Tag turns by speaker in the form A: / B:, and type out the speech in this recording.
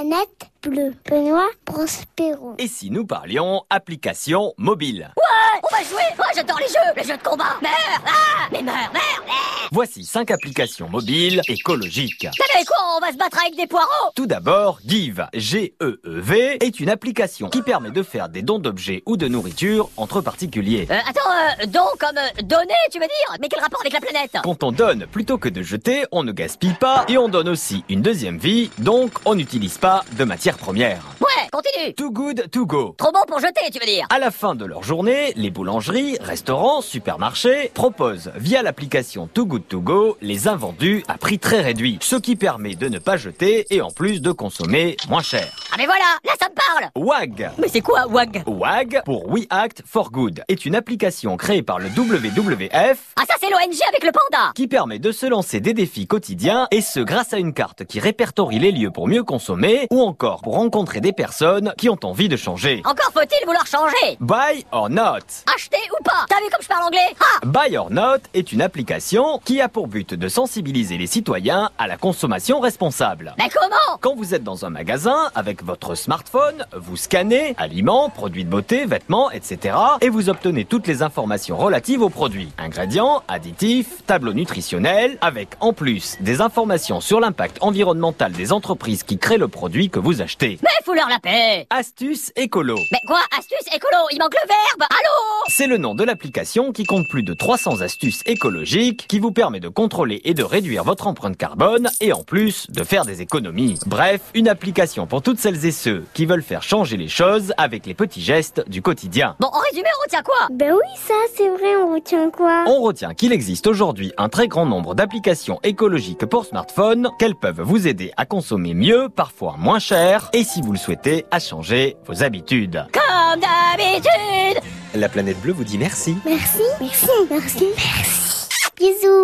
A: planète bleue. Benoît Prospero.
B: Et si nous parlions application mobile
C: On va jouer Moi j'adore les jeux Les jeux de combat Meurs Ah Mais meurs, meurs
B: Voici 5 applications mobiles écologiques.
C: Mais mais quoi, on va se battre avec des poireaux
B: Tout d'abord, Give, G-E-E-V, E est une application qui permet de faire des dons d'objets ou de nourriture entre particuliers.
C: euh, Attends, euh, don comme euh, donner, tu veux dire Mais quel rapport avec la planète
B: Quand on donne plutôt que de jeter, on ne gaspille pas et on donne aussi une deuxième vie, donc on n'utilise pas de matières premières.
C: Ouais, continue
B: Too good to go.
C: Trop bon pour jeter, tu veux dire
B: À la fin de leur journée, les boulangeries, restaurants, supermarchés proposent via l'application Too Good To Go les invendus à prix très réduit, ce qui permet de ne pas jeter et en plus de consommer moins cher.
C: Ah mais voilà, là ça me parle
B: WAG
C: Mais c'est quoi WAG
B: WAG pour We Act for Good est une application créée par le WWF
C: Ah ça c'est l'ONG avec le panda
B: qui permet de se lancer des défis quotidiens et ce grâce à une carte qui répertorie les lieux pour mieux consommer ou encore pour rencontrer des personnes qui ont envie de changer.
C: Encore faut-il vouloir changer
B: Buy or not
C: Acheter ou pas T'as vu comme je parle anglais Ah
B: Buy or Not est une application qui a pour but de sensibiliser les citoyens à la consommation responsable.
C: Mais comment
B: Quand vous êtes dans un magasin, avec votre smartphone, vous scannez aliments, produits de beauté, vêtements, etc. et vous obtenez toutes les informations relatives aux produits. Ingrédients, additifs, tableau nutritionnel, avec en plus des informations sur l'impact environnemental des entreprises qui créent le produit que vous achetez.
C: Mais fous-leur la paix
B: Astuce écolo.
C: Mais quoi Astuce écolo Il manque le verbe Allô
B: C'est le nom de l'application qui compte plus de 300 astuces écologiques qui vous permet de contrôler et de réduire votre empreinte carbone et en plus de faire des économies. Bref, une application pour toutes celles et ceux qui veulent faire changer les choses avec les petits gestes du quotidien.
C: Bon, en résumé, on retient quoi
A: Ben oui, ça, c'est vrai, on retient quoi
B: On retient qu'il existe aujourd'hui un très grand nombre d'applications écologiques pour smartphone qu'elles peuvent vous aider à consommer mieux, parfois moins cher, et si vous le souhaitez, à changer vos habitudes.
C: Comme d'habitude
D: La planète bleue vous dit merci.
A: Merci. Merci. Merci. Merci. Bisous.